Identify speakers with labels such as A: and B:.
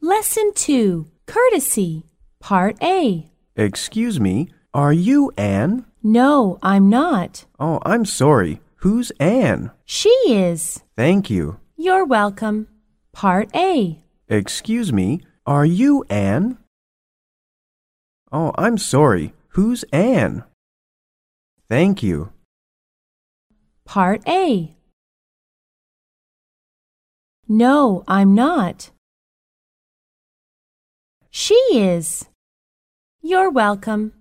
A: Lesson 2 Courtesy Part A
B: Excuse me, are you Anne?
A: No, I'm not.
B: Oh, I'm sorry. Who's Anne?
A: She is.
B: Thank you.
A: You're welcome. Part A
B: Excuse me, are you Anne? Oh, I'm sorry. Who's Anne? Thank you.
A: Part A No, I'm not. She is. You're welcome.